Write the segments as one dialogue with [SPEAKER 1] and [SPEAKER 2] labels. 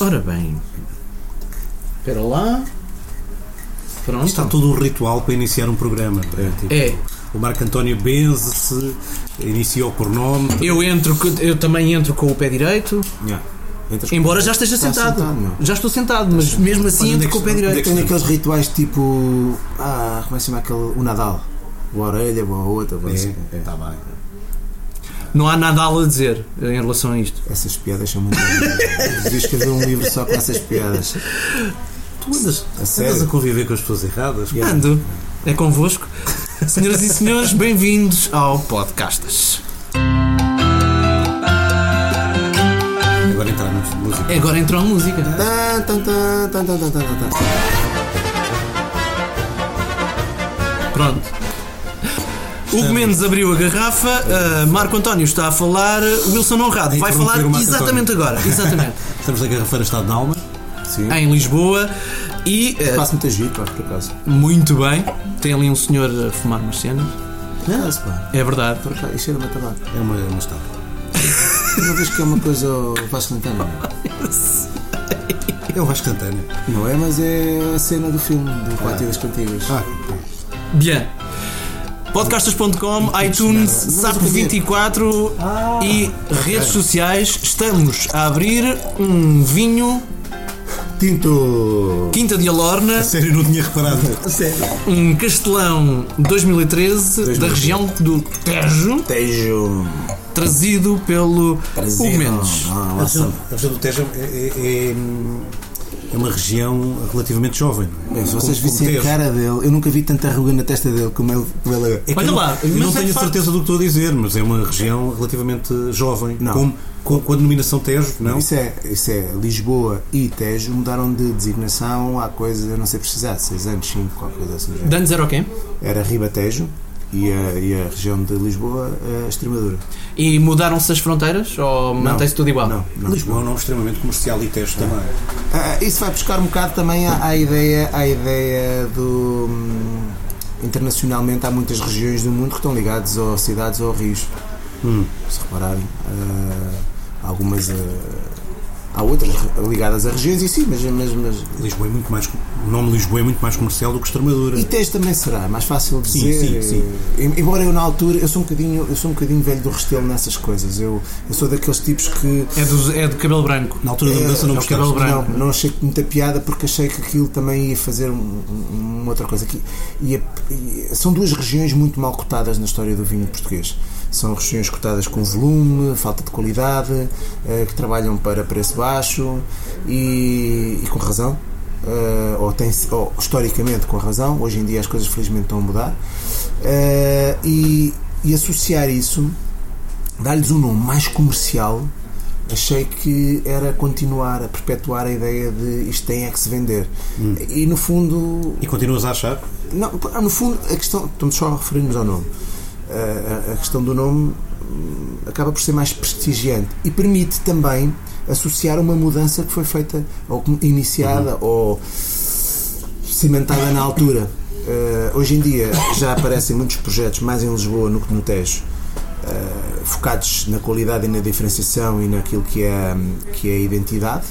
[SPEAKER 1] Ora bem. Espera lá. Pronto.
[SPEAKER 2] Está todo um ritual para iniciar um programa. É, tipo,
[SPEAKER 1] É.
[SPEAKER 2] O Marco António benze-se, iniciou por nome.
[SPEAKER 1] Eu entro, co- eu também entro com o pé direito,
[SPEAKER 2] Yeah.
[SPEAKER 3] Entras com-
[SPEAKER 1] embora já esteja
[SPEAKER 3] Está
[SPEAKER 1] sentado.
[SPEAKER 3] sentado, meu.
[SPEAKER 1] já estou sentado, mas mesmo assim
[SPEAKER 2] Olha, onde
[SPEAKER 1] entro
[SPEAKER 2] é
[SPEAKER 1] com
[SPEAKER 2] que-
[SPEAKER 1] o pé
[SPEAKER 2] onde é que
[SPEAKER 1] direito.
[SPEAKER 2] está?
[SPEAKER 3] Tem aqueles rituais tipo. Ah, como é que se chama aquele. O Nadal. Boa orelha, boa outra, boa
[SPEAKER 2] É,
[SPEAKER 3] assim.
[SPEAKER 2] é.
[SPEAKER 3] Tá bem.
[SPEAKER 1] Não há nada a dizer eh, em relação a isto.
[SPEAKER 3] Essas piadas são muito. Devia escrever um livro só com essas piadas.
[SPEAKER 2] Tu andas,
[SPEAKER 3] sério?
[SPEAKER 2] andas a conviver com as pessoas erradas. pá.
[SPEAKER 1] Ando, é convosco. Senhoras e senhores, bem-vindos ao Podcastas.
[SPEAKER 2] Agora entramos na música.
[SPEAKER 1] Agora entrou a música.
[SPEAKER 3] Tan, tan, tan, tan, tan, tan, tan, tan.
[SPEAKER 1] Pronto. Hugo Mendes abriu a garrafa, ah, Marco António está a falar, Wilson Honrado
[SPEAKER 2] A
[SPEAKER 1] vai
[SPEAKER 2] interromper
[SPEAKER 1] falar
[SPEAKER 2] o Marco
[SPEAKER 1] exatamente agora. Exatamente.
[SPEAKER 3] É.
[SPEAKER 2] Estamos na Garrafeira Estado de Alma.
[SPEAKER 3] Sim.
[SPEAKER 1] em Lisboa e ah,
[SPEAKER 3] Faço muita giro, pá, por acaso.
[SPEAKER 1] muito bem. Tem ali um senhor a fumar umas cenas.
[SPEAKER 3] Não, se pá.
[SPEAKER 1] É verdade.
[SPEAKER 3] Por acaso, e cheira-me a tabaco.
[SPEAKER 2] É uma, é uma estátua.
[SPEAKER 3] Não vês que é uma coisa ao Vasco Santana? não?
[SPEAKER 2] É o Vasco Santana.
[SPEAKER 3] Não é, mas é a cena do filme, do Pátio das Cantigas.
[SPEAKER 2] Ah,
[SPEAKER 1] Bien. Podcastas.com, iTunes, Sapo24
[SPEAKER 3] Ah,
[SPEAKER 1] e redes sociais. Estamos a abrir um vinho
[SPEAKER 2] Tinto.
[SPEAKER 1] Quinta de Alorna,
[SPEAKER 2] Sério, não tinha reparado.
[SPEAKER 3] Sério?
[SPEAKER 1] um castelão 2013 da região do Tejo,
[SPEAKER 3] Tejo.
[SPEAKER 1] trazido pelo Hugo
[SPEAKER 3] Trazido.
[SPEAKER 1] Mendes.
[SPEAKER 3] Ah,
[SPEAKER 2] A
[SPEAKER 3] lá
[SPEAKER 2] região,
[SPEAKER 3] são.
[SPEAKER 2] a região do Tejo é, é- é- é uma região relativamente jovem. não é?
[SPEAKER 3] Bem, se vocês
[SPEAKER 2] Como- como
[SPEAKER 3] vissem a
[SPEAKER 2] Tejo.
[SPEAKER 3] cara dele, eu nunca vi tanta ruga na testa dele como ele. Como ele agora.
[SPEAKER 2] É que
[SPEAKER 1] Olha
[SPEAKER 2] eu não-
[SPEAKER 1] lá,
[SPEAKER 2] eu
[SPEAKER 1] mas
[SPEAKER 2] não
[SPEAKER 1] é
[SPEAKER 2] tenho
[SPEAKER 1] de
[SPEAKER 2] a
[SPEAKER 1] facto-
[SPEAKER 2] certeza do que estou a dizer, mas é uma região relativamente jovem.
[SPEAKER 3] Não.
[SPEAKER 2] Com, com, com a denominação Tejo, não?
[SPEAKER 3] Isso é, isso é, Lisboa e Tejo mudaram de designação há coisa, eu não sei precisar, 6 anos, 5, qualquer coisa assim. do género.
[SPEAKER 1] Dantes era o quê?
[SPEAKER 3] Era Ribatejo e a, e a região de Lisboa, a Extremadura.
[SPEAKER 1] E mudaram-se as fronteiras ou mantém-se tudo igual?
[SPEAKER 3] Não, não.
[SPEAKER 2] Lisboa é um nome extremamente comercial e Tejo também.
[SPEAKER 3] Ah, isso vai buscar um bocado também à, à ideia, à ideia do. hum, internacionalmente há muitas regiões do mundo que estão ligadas a cidades ou a rios. Se repararem, ah, algumas. ah, há outras ligadas a regiões e sim, mas. mas, mas
[SPEAKER 2] Lisboa é muito mais. O nome Lisboa é muito mais comercial do que Extremadura.
[SPEAKER 3] e Tejo também será, é mais fácil dizer.
[SPEAKER 2] sim,
[SPEAKER 3] eh,
[SPEAKER 2] sim.
[SPEAKER 3] Em- Embora eu na altura, eu sou um bocadinho, eu sou um bocadinho velho do restelo nessas coisas. Eu, eu sou daqueles tipos que
[SPEAKER 1] É do, é do cabelo branco.
[SPEAKER 2] Na altura da
[SPEAKER 3] É,
[SPEAKER 2] mudança
[SPEAKER 3] é
[SPEAKER 2] não
[SPEAKER 1] o
[SPEAKER 2] gostaste.
[SPEAKER 1] cabelo branco.
[SPEAKER 3] Não, não achei muita piada porque achei que aquilo também ia fazer um- um- uma outra coisa aqui. E a- e são duas regiões muito mal cotadas na história do vinho português. São regiões cotadas com volume, falta de qualidade, eh, que trabalham para preço baixo e, e com razão. eh, ou, tem, ou historicamente com razão, hoje em dia as coisas felizmente estão a mudar, Eh, e, e associar isso, dar-lhes um nome mais comercial, achei que era continuar a perpetuar a ideia de isto tem é que se vender. E no fundo,
[SPEAKER 2] E continuas a achar?
[SPEAKER 3] não, no fundo a questão, estamos só a referir-nos ao nome. Eh, A, a- a questão do nome hum, acaba por ser mais prestigiante e permite também associar uma mudança que foi feita ou que iniciada
[SPEAKER 1] Uhum.
[SPEAKER 3] ou cimentada na altura. Eh, hoje em dia já aparecem muitos projetos mais em Lisboa no que no Tejo eh, focados na qualidade e na diferenciação e naquilo que é, hum, que é a identidade.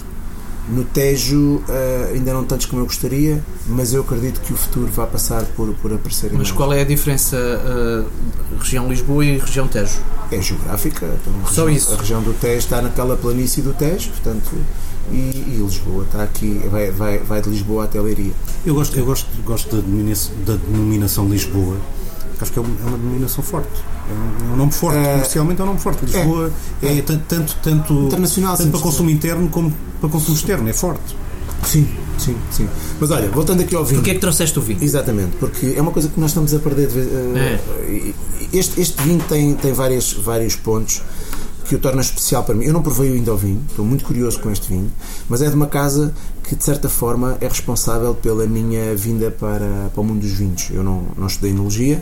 [SPEAKER 3] No Tejo eh, ainda não tantos como eu gostaria, mas eu acredito que o futuro vai passar por, por aparecer
[SPEAKER 1] Mas qual é a diferença ah, região Lisboa e região Tejo?
[SPEAKER 3] é geográfica. então, a
[SPEAKER 1] Só
[SPEAKER 3] região-
[SPEAKER 1] isso.
[SPEAKER 3] A região do Tejo está naquela planície do Tejo, portanto, e, e Lisboa está aqui, vai, vai, vai de Lisboa até Leiria.
[SPEAKER 2] Eu gosto, eu gosto, gosto da, denomina- da denominação Lisboa. Acho que é um- é uma denominação forte. É um, é um nome forte.
[SPEAKER 3] É.
[SPEAKER 2] Comercialmente é um nome forte. Lisboa é, tanto, tanto, tanto,
[SPEAKER 3] Internacional,
[SPEAKER 2] tanto para
[SPEAKER 3] sim,
[SPEAKER 2] consumo interno como para consumo externo. É forte.
[SPEAKER 3] Sim, sim, sim. Mas olha, voltando aqui ao vinho.
[SPEAKER 1] Porquê é que trouxeste o vinho?
[SPEAKER 3] Exatamente, porque é uma coisa que nós estamos a perder. de vez- eh, Este, este vinho tem, tem várias, vários pontos que o torna especial para mim. Eu não provei ainda o vinho, estou muito curioso com este vinho, mas é de uma casa que, de certa forma, é responsável pela minha vinda para, para o mundo dos vinhos. Eu não, não estudei enologia,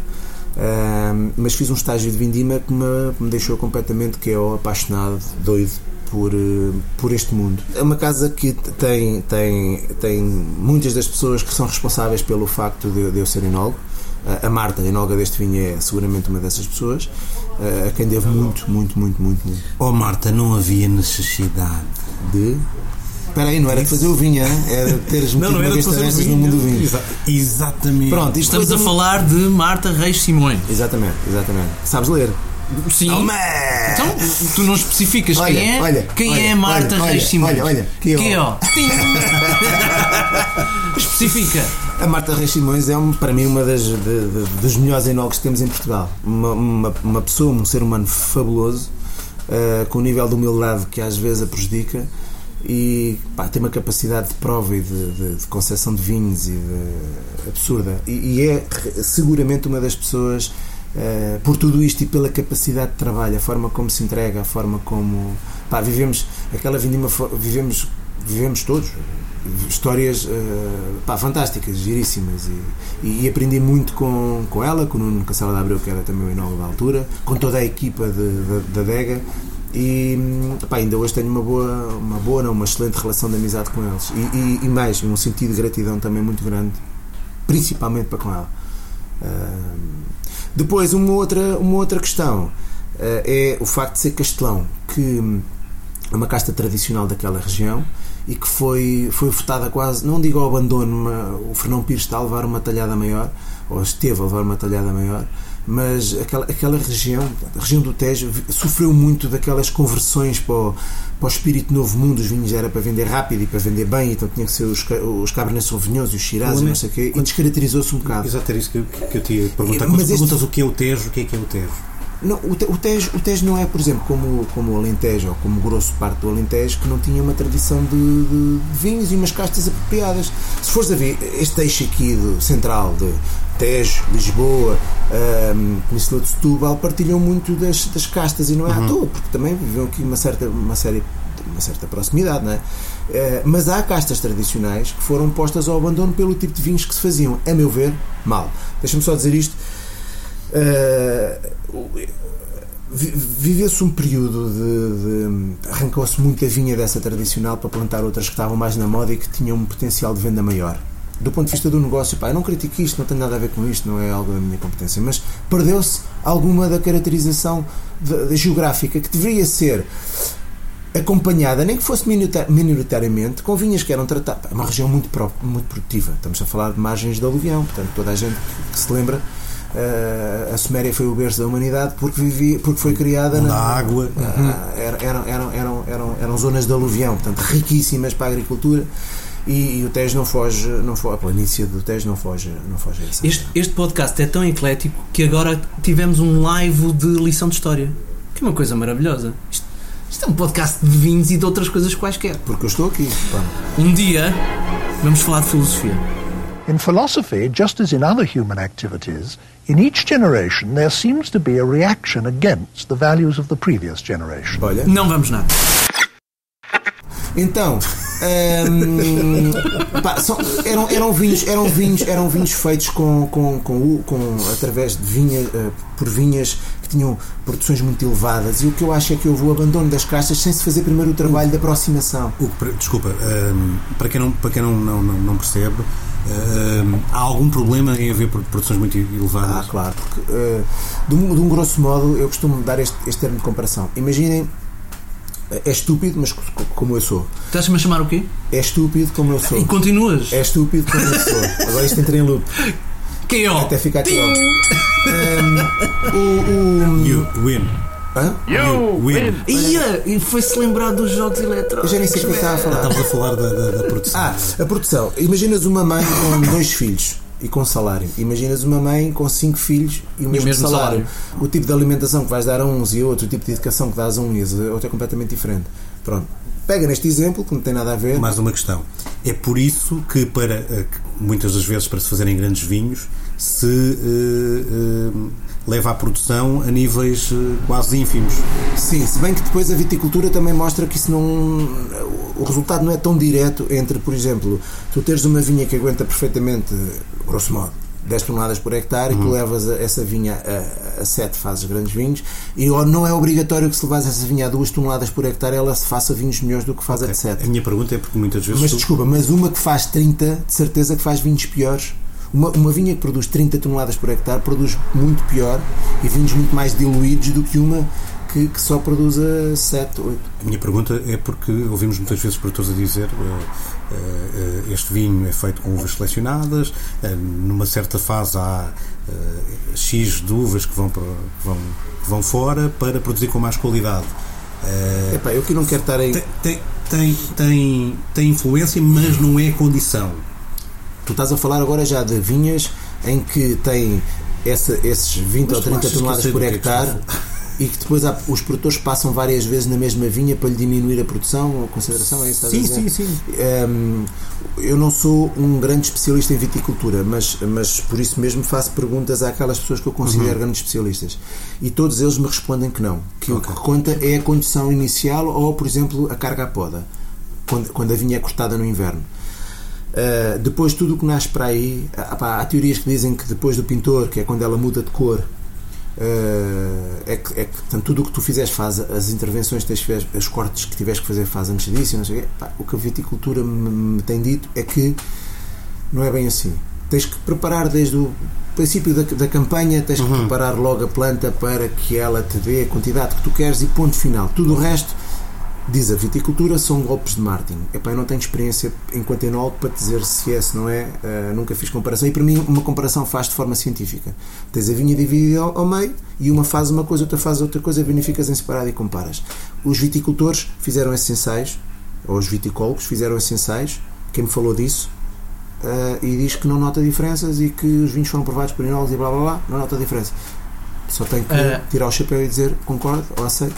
[SPEAKER 3] ahm, mas fiz um estágio de vindima que me, me deixou completamente que eu apaixonado, doido por, eh, por este mundo. É uma casa que t- tem, tem, tem muitas das pessoas que são responsáveis pelo facto de, de eu ser enólogo. A- A Marta, a enóloga deste vinho, é seguramente uma dessas pessoas, eh, a quem devo muito, muito, muito, muito, muito.
[SPEAKER 2] Oh Marta, não havia necessidade.
[SPEAKER 3] De. Espera aí, não era de fazer o vinho, hein? era teres
[SPEAKER 1] Não, não
[SPEAKER 3] metido
[SPEAKER 1] era
[SPEAKER 3] uma
[SPEAKER 1] de fazer o
[SPEAKER 3] gastaranças no
[SPEAKER 1] vinho.
[SPEAKER 3] mundo do vinho.
[SPEAKER 2] Exa- exatamente.
[SPEAKER 3] Pronto, isto
[SPEAKER 1] Estamos a
[SPEAKER 3] foi um-
[SPEAKER 1] falar de Marta Reis Simões.
[SPEAKER 3] Exatamente, exatamente. Sabes ler?
[SPEAKER 1] Sim.
[SPEAKER 3] Oh, man!
[SPEAKER 1] Então, tu não especificas
[SPEAKER 3] Olha,
[SPEAKER 1] quem é?
[SPEAKER 3] olha,
[SPEAKER 1] quem
[SPEAKER 3] olha,
[SPEAKER 1] é a Marta
[SPEAKER 3] olha,
[SPEAKER 1] Reis
[SPEAKER 3] olha,
[SPEAKER 1] Simões?
[SPEAKER 3] olha, olha,
[SPEAKER 1] que
[SPEAKER 3] que
[SPEAKER 1] é
[SPEAKER 3] ó.
[SPEAKER 1] ó. Tim. Especifica.
[SPEAKER 3] A Marta Reis Simões é, um- para mim, uma das de- de- dos melhores enólogos que temos em Portugal. Uma, uma, uma pessoa, um ser humano fabuloso, eh, com um nível de humildade que às vezes a prejudica e pá, tem uma capacidade de prova e de, de, de concepção de vinhos e de- absurda. E, e é re- seguramente uma das pessoas, eh, por tudo isto e pela capacidade de trabalho, a forma como se entrega, a forma como. Pá, vivemos aquela vindima, fo- vivemos, vivemos todos histórias eh, pá, fantásticas, giríssimas e, e, e aprendi muito com, com ela, com o Nuno Cassala de Abreu, que era também o enólogo da altura, com toda a equipa de- da- da Dega e hum, pá, ainda hoje tenho uma boa, uma boa, não, uma excelente relação de amizade com eles e, e, e mais, um sentido de gratidão também muito grande, principalmente para com ela. Ahm, depois, uma outra, uma outra questão ah, é o facto de ser castelão, que hum, é uma casta tradicional daquela região e que foi, foi votada quase, não digo ao abandono, ma- o Fernão Pires está a levar uma talhada maior, ou esteve a levar uma talhada maior, mas aquela, aquela região, a região do Tejo, vi- sofreu muito daquelas conversões para o, para o espírito novo mundo, os vinhos era para vender rápido e para vender bem, então tinha que ser os, ca- os Cabernet Sauvignon e os Shiraz e não sei o quê, e descaracterizou-se um bocado.
[SPEAKER 2] Exato, era é isso que, eu- que eu te ia perguntar.
[SPEAKER 3] Mas
[SPEAKER 2] Quando
[SPEAKER 3] este-
[SPEAKER 2] perguntas o que é o Tejo, o que é que é o Tejo?
[SPEAKER 3] Não, o, Te- o Tejo, o Tejo não é, por exemplo, como, como o Alentejo ou como grosso parte do Alentejo, que não tinha uma tradição de, de- de vinhos e umas castas apropriadas. Se fores a ver este eixo aqui do central de Tejo, Lisboa, ahm, Península de Setúbal, partilham muito das, das castas e não é à toa, porque também vivem aqui uma certa, uma série, uma certa proximidade, não é? Eh, mas há castas tradicionais que foram postas ao abandono pelo tipo de vinhos que se faziam, a meu ver, mal. Deixa-me só dizer isto. Eh, vi- viveu-se um período de, de- arrancou-se muita vinha dessa tradicional para plantar outras que estavam mais na moda e que tinham um potencial de venda maior. Do ponto de vista do negócio, pá, eu não critico isto, não tem nada a ver com isto, não é algo da minha competência, mas perdeu-se alguma da caracterização de- de geográfica que deveria ser acompanhada, nem que fosse minita- minoritariamente, com vinhas que eram tratadas. É uma região muito, pro- muito produtiva. Estamos a falar de margens de aluvião, portanto, toda a gente que se lembra. eh, a Suméria foi o berço da humanidade porque, vivia, porque foi criada
[SPEAKER 2] Onde há água.
[SPEAKER 3] ah, era- eram, eram, eram, eram, eram zonas de aluvião, portanto, riquíssimas para a agricultura. E, e o Tejo não foge, não foge, a planície do Tejo não foge, não foge a essa.
[SPEAKER 1] Este, este podcast é tão eclético que agora tivemos um live de lição de história. Que é uma coisa maravilhosa. Isto, isto é um podcast de vinhos e de outras coisas quaisquer.
[SPEAKER 3] Porque eu estou aqui. pá.
[SPEAKER 1] Um dia vamos falar de filosofia.
[SPEAKER 4] In philosophy, just as in other human activities, in each generation there seems to be a reaction against the values of the previous generation.
[SPEAKER 3] Olha.
[SPEAKER 1] Não vamos nada.
[SPEAKER 3] Então, hum, pá, são- eram, eram vinhos, eram vinhos, eram vinhos feitos com, com, com, o- com- através de vinha, eh, por vinhas que tinham produções muito elevadas. E o que eu acho é que houve o abandono das castas sem se fazer primeiro o trabalho de aproximação.
[SPEAKER 2] O que pre- desculpa, ahm, para quem não, para quem não, não, não, não percebe, ahm, há algum problema em haver produ- produções muito
[SPEAKER 3] Ah,
[SPEAKER 2] elevadas?
[SPEAKER 3] claro, porque eh, de, um, de um grosso modo eu costumo dar este, este termo de comparação. Imaginem, eh, é estúpido, mas co- co- como eu sou.
[SPEAKER 1] Estás-me a chamar o quê?
[SPEAKER 3] É estúpido como eu
[SPEAKER 1] E
[SPEAKER 3] sou.
[SPEAKER 1] continuas.
[SPEAKER 3] É estúpido como eu sou. Agora isto entra em loop.
[SPEAKER 1] Que é ó.
[SPEAKER 3] Até fica aqui. ó. Um, o- o-
[SPEAKER 2] You win.
[SPEAKER 3] Hã?
[SPEAKER 2] You win.
[SPEAKER 1] Ia, e foi-se lembrar dos jogos
[SPEAKER 3] Eu
[SPEAKER 1] eletrónicos.
[SPEAKER 3] já nem sei o que eu estava a falar.
[SPEAKER 2] Estavas a falar da, da, da produção.
[SPEAKER 3] Ah, a produção. Imaginas uma mãe com dois filhos e com salário. Imaginas uma mãe com cinco filhos e o mesmo,
[SPEAKER 1] mesmo
[SPEAKER 3] salário. O tipo de alimentação que vais dar a uns e a outro, o tipo de educação que dás a um e a outro é completamente diferente. Pronto. Pega neste exemplo, que não tem nada a ver.
[SPEAKER 2] Mais uma questão. É por isso que, para, eh, que muitas das vezes, para se fazerem grandes vinhos, se eh, eh, leva à produção a níveis eh, quase ínfimos.
[SPEAKER 3] Sim, se bem que depois a viticultura também mostra que isso não. O resultado não é tão direto entre, por exemplo, tu teres uma vinha que aguenta perfeitamente, grosso modo, 10 toneladas por hectare e tu levas a- essa vinha a, a 7, fazes grandes vinhos, e ou não é obrigatório que se levas essa vinha a 2 toneladas por hectare ela se faça vinhos melhores do que faz a de 7.
[SPEAKER 2] A minha pergunta é porque muitas vezes.
[SPEAKER 3] Mas
[SPEAKER 2] tu-
[SPEAKER 3] desculpa, mas uma que faz 30, de certeza que faz vinhos piores. Uma, uma vinha que produz 30 toneladas por hectare produz muito pior e vinhos muito mais diluídos do que uma que, que só produza 7, 8.
[SPEAKER 2] A minha pergunta é porque ouvimos muitas vezes produtores a dizer uh, uh, este vinho é feito com uvas selecionadas, uh, numa certa fase há eh, X de uvas que vão, para, que vão, que vão fora para produzir com mais qualidade.
[SPEAKER 3] Epá, eu que não quero estar aí.
[SPEAKER 2] Tem, tem, tem, tem, tem influência, mas não é condição.
[SPEAKER 3] Tu estás a falar agora já de vinhas em que tem essa, esses 20
[SPEAKER 2] Mas
[SPEAKER 3] ou
[SPEAKER 2] tu
[SPEAKER 3] 30
[SPEAKER 2] achas que eu
[SPEAKER 3] toneladas
[SPEAKER 2] sei
[SPEAKER 3] por
[SPEAKER 2] do que é que
[SPEAKER 3] hectare
[SPEAKER 2] estás
[SPEAKER 3] e que depois há- os produtores passam várias vezes na mesma vinha para lhe diminuir a produção ou a consideração, é isso que estás a
[SPEAKER 2] Sim,
[SPEAKER 3] dizer?
[SPEAKER 2] sim, sim.
[SPEAKER 3] Hum, eu não sou um grande especialista em viticultura, mas, mas por isso mesmo faço perguntas àquelas pessoas que eu
[SPEAKER 2] Uhum.
[SPEAKER 3] considero grandes especialistas. E todos eles me respondem que não. Que o que conta é a condição inicial ou, por exemplo, a carga à poda, quando, quando a vinha é cortada no inverno. Uh, depois tudo o que nasce para aí ah, pá, há teorias que dizem que depois do pintor que é quando ela muda de cor uh, é que, é que, portanto, tudo o que tu fizeres faz as intervenções que tens que fazer, os cortes que tiveres que fazer faz antes disso e não sei o, quê. Pá, o que a viticultura me, me tem dito é que não é bem assim tens que preparar desde o princípio da, da campanha tens que preparar logo a planta para que ela te dê a quantidade que tu queres e ponto final tudo o resto Diz a viticultura são golpes de marketing. Epá, eu não tenho experiência enquanto enólogo para te dizer se é, se não é. ah, nunca fiz comparação. E para mim, uma comparação faz de forma científica. Tens a vinha dividida ao, ao meio e uma faz uma coisa, outra faz outra coisa, vinificas em separado e comparas. Os viticultores fizeram esses ensaios, ou os viticólogos fizeram esses ensaios. Quem me falou disso ah, e diz que não nota diferenças e que os vinhos foram provados por enólogos e blá blá blá, não nota diferença. Só tenho que
[SPEAKER 1] Ah.
[SPEAKER 3] tirar o chapéu e dizer concordo ou aceito.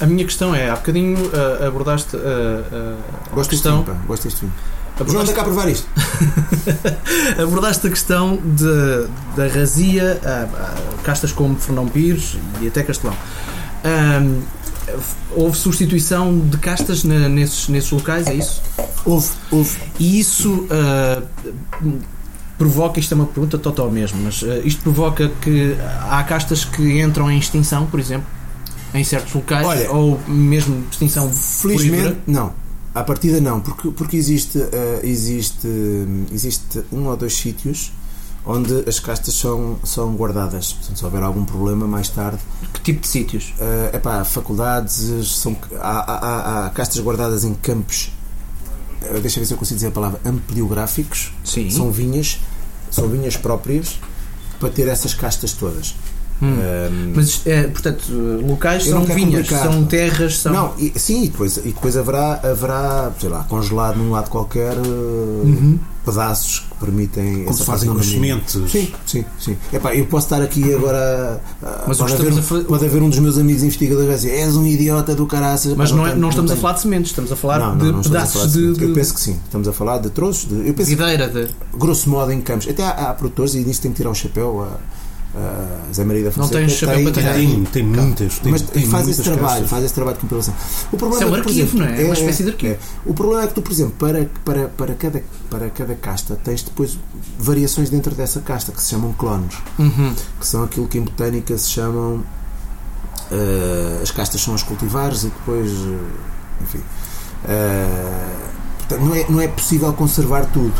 [SPEAKER 1] A minha questão é, há bocadinho ah, abordaste ah, ah, a
[SPEAKER 3] Gosto deste vinho,
[SPEAKER 1] questão.
[SPEAKER 3] pá, gosto deste vinho. João, anda
[SPEAKER 1] Abordaste,
[SPEAKER 3] cá provar isto.
[SPEAKER 1] abordaste a questão de, da razia a, a castas como Fernão Pires e até Castelão. Ahm, houve substituição de castas na- nesses, nesses locais, é isso?
[SPEAKER 3] Houve, houve.
[SPEAKER 1] E isso ah, provoca, isto é uma pergunta total mesmo, mas ah, isto provoca que há castas que entram em extinção, por exemplo, em certos locais,
[SPEAKER 3] Olha,
[SPEAKER 1] ou mesmo extinção pura e
[SPEAKER 3] Felizmente,
[SPEAKER 1] dura.
[SPEAKER 3] não. À partida, não. Porque, porque existe, eh, existe, hum, existe um ou dois sítios onde as castas são, são guardadas. Portanto, se houver algum problema mais tarde,
[SPEAKER 1] Que tipo de sítios?
[SPEAKER 3] eh, epá, faculdades, são, há, há- há- há castas guardadas em campos. eh, Deixa eu ver se eu consigo dizer a palavra ampliográficos.
[SPEAKER 1] Sim.
[SPEAKER 3] São vinhas, são vinhas próprias para ter essas castas todas. Hum,
[SPEAKER 1] Mas, é, portanto, locais
[SPEAKER 3] Eu
[SPEAKER 1] são
[SPEAKER 3] não quero
[SPEAKER 1] vinhas,
[SPEAKER 3] complicar.
[SPEAKER 1] são terras, são.
[SPEAKER 3] Não, e- sim, e depois, e depois haverá, haverá, sei lá, congelado num lado qualquer eh,
[SPEAKER 1] Uhum.
[SPEAKER 3] pedaços que permitem.
[SPEAKER 2] Como
[SPEAKER 3] essa
[SPEAKER 2] se fazem com
[SPEAKER 3] parte
[SPEAKER 2] os
[SPEAKER 3] do domínio.
[SPEAKER 2] sementes.
[SPEAKER 3] Sim, sim, sim. Epá, eu posso estar aqui agora. ah,
[SPEAKER 1] Mas o que
[SPEAKER 3] pode, haver,
[SPEAKER 1] estamos a fa-
[SPEAKER 3] pode haver um dos meus amigos investigadores a dizer: és um idiota do caraças.
[SPEAKER 1] mas
[SPEAKER 3] Epá,
[SPEAKER 1] não, é-
[SPEAKER 3] tenho-
[SPEAKER 1] não estamos a
[SPEAKER 3] tenho-
[SPEAKER 1] falar de sementes, estamos a falar
[SPEAKER 3] Não,
[SPEAKER 1] de
[SPEAKER 3] não, não estamos a
[SPEAKER 1] pedaços
[SPEAKER 3] falar de
[SPEAKER 1] de,
[SPEAKER 3] sementes.
[SPEAKER 1] de,
[SPEAKER 3] Eu penso que sim. Estamos a falar de troços. De, eu penso
[SPEAKER 1] de videira. de-
[SPEAKER 3] grosso modo em campos. Até há, há produtores, e nisso tem que tirar o chapéu a, a Zé Maria da
[SPEAKER 1] Não
[SPEAKER 3] Fonseca.
[SPEAKER 1] tens chapéu
[SPEAKER 3] tem-
[SPEAKER 1] para tirar.
[SPEAKER 2] Tem, tem muitas. Tem,
[SPEAKER 3] mas
[SPEAKER 2] tem
[SPEAKER 3] faz
[SPEAKER 2] muitas
[SPEAKER 3] esse trabalho,
[SPEAKER 2] castas.
[SPEAKER 3] faz esse trabalho de compilação. O
[SPEAKER 1] Isso
[SPEAKER 3] problema
[SPEAKER 1] é um
[SPEAKER 3] que, por
[SPEAKER 1] arquivo,
[SPEAKER 3] exemplo,
[SPEAKER 1] não é? É uma espécie de arquivo.
[SPEAKER 3] é. O problema é que tu, por exemplo, para, para, para, cada, para cada casta tens depois variações dentro dessa casta que se chamam clones,
[SPEAKER 1] Uhum.
[SPEAKER 3] que são aquilo que em botânica se chamam eh, as castas são os cultivares e depois, eh, enfim. eh, portanto, não é, não é possível conservar tudo.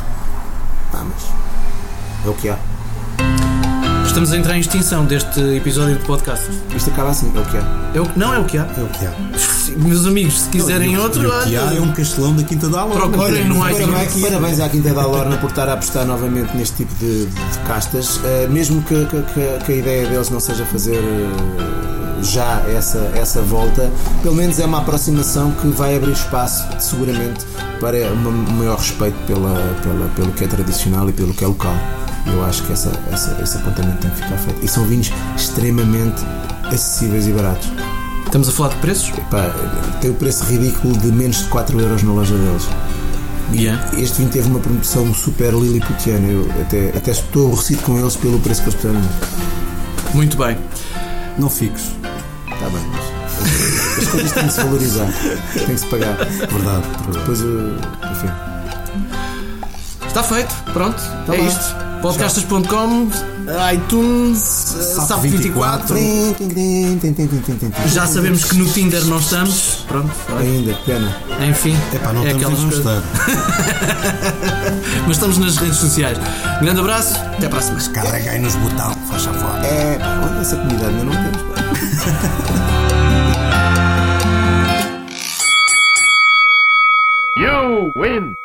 [SPEAKER 3] Pá, mas é o que há.
[SPEAKER 1] Estamos a entrar em extinção deste episódio de podcast.
[SPEAKER 3] Isto acaba assim, é o que há.
[SPEAKER 1] É o que- não é o que há.
[SPEAKER 2] É o que há.
[SPEAKER 1] Meus amigos, se quiserem
[SPEAKER 2] E o-
[SPEAKER 1] outro,
[SPEAKER 2] e o que há é um castelão da Quinta da Alma.
[SPEAKER 1] Procurem
[SPEAKER 2] Olha,
[SPEAKER 1] no iTunes.
[SPEAKER 2] parabéns.
[SPEAKER 3] Parabéns, parabéns à Quinta da Lorna por estar a apostar novamente neste tipo de, de- de castas, Eh, mesmo que, que- que- que a ideia deles não seja fazer eh, já essa, essa volta, pelo menos é uma aproximação que vai abrir espaço, seguramente, para uma- um maior respeito pela, pela- pelo que é tradicional e pelo que é local. Eu acho que essa, essa- esse apontamento tem que ficar feito. E são vinhos extremamente acessíveis e baratos.
[SPEAKER 1] Estamos a falar de preços?
[SPEAKER 3] Pá, tem o preço ridículo de menos de 4 euros na loja deles.
[SPEAKER 1] Yeah.
[SPEAKER 3] Este vinho teve uma promoção super liliputiana. Eu até, até estou aborrecido com eles pelo preço que eles puseram.
[SPEAKER 1] Muito bem.
[SPEAKER 2] Não fiques.
[SPEAKER 3] Está Tá bem, mas as coisas têm de se valorizar, têm que se pagar.
[SPEAKER 2] Verdade, verdade.
[SPEAKER 3] Depois, eh, enfim.
[SPEAKER 1] Está feito, pronto. é
[SPEAKER 2] Tá
[SPEAKER 3] bem.
[SPEAKER 1] isto. Podcastas.com, iTunes,
[SPEAKER 2] eh,
[SPEAKER 1] SAP24.
[SPEAKER 3] Tim, tim, tim, tim, tim, tim, tim, tim, tim.
[SPEAKER 1] Já sabemos que no Tinder não estamos. Pronto,
[SPEAKER 3] Ainda, que pena.
[SPEAKER 1] enfim.
[SPEAKER 2] Epá, não
[SPEAKER 1] é
[SPEAKER 2] estamos
[SPEAKER 1] aquelas
[SPEAKER 2] a
[SPEAKER 1] coisas.
[SPEAKER 2] gostar.
[SPEAKER 1] Mas estamos nas redes sociais. Grande abraço, até à próxima.
[SPEAKER 2] Carrega aí nos botão, faz favor.
[SPEAKER 3] É, olha essa comunidade, ainda não temos. pá.
[SPEAKER 5] You win!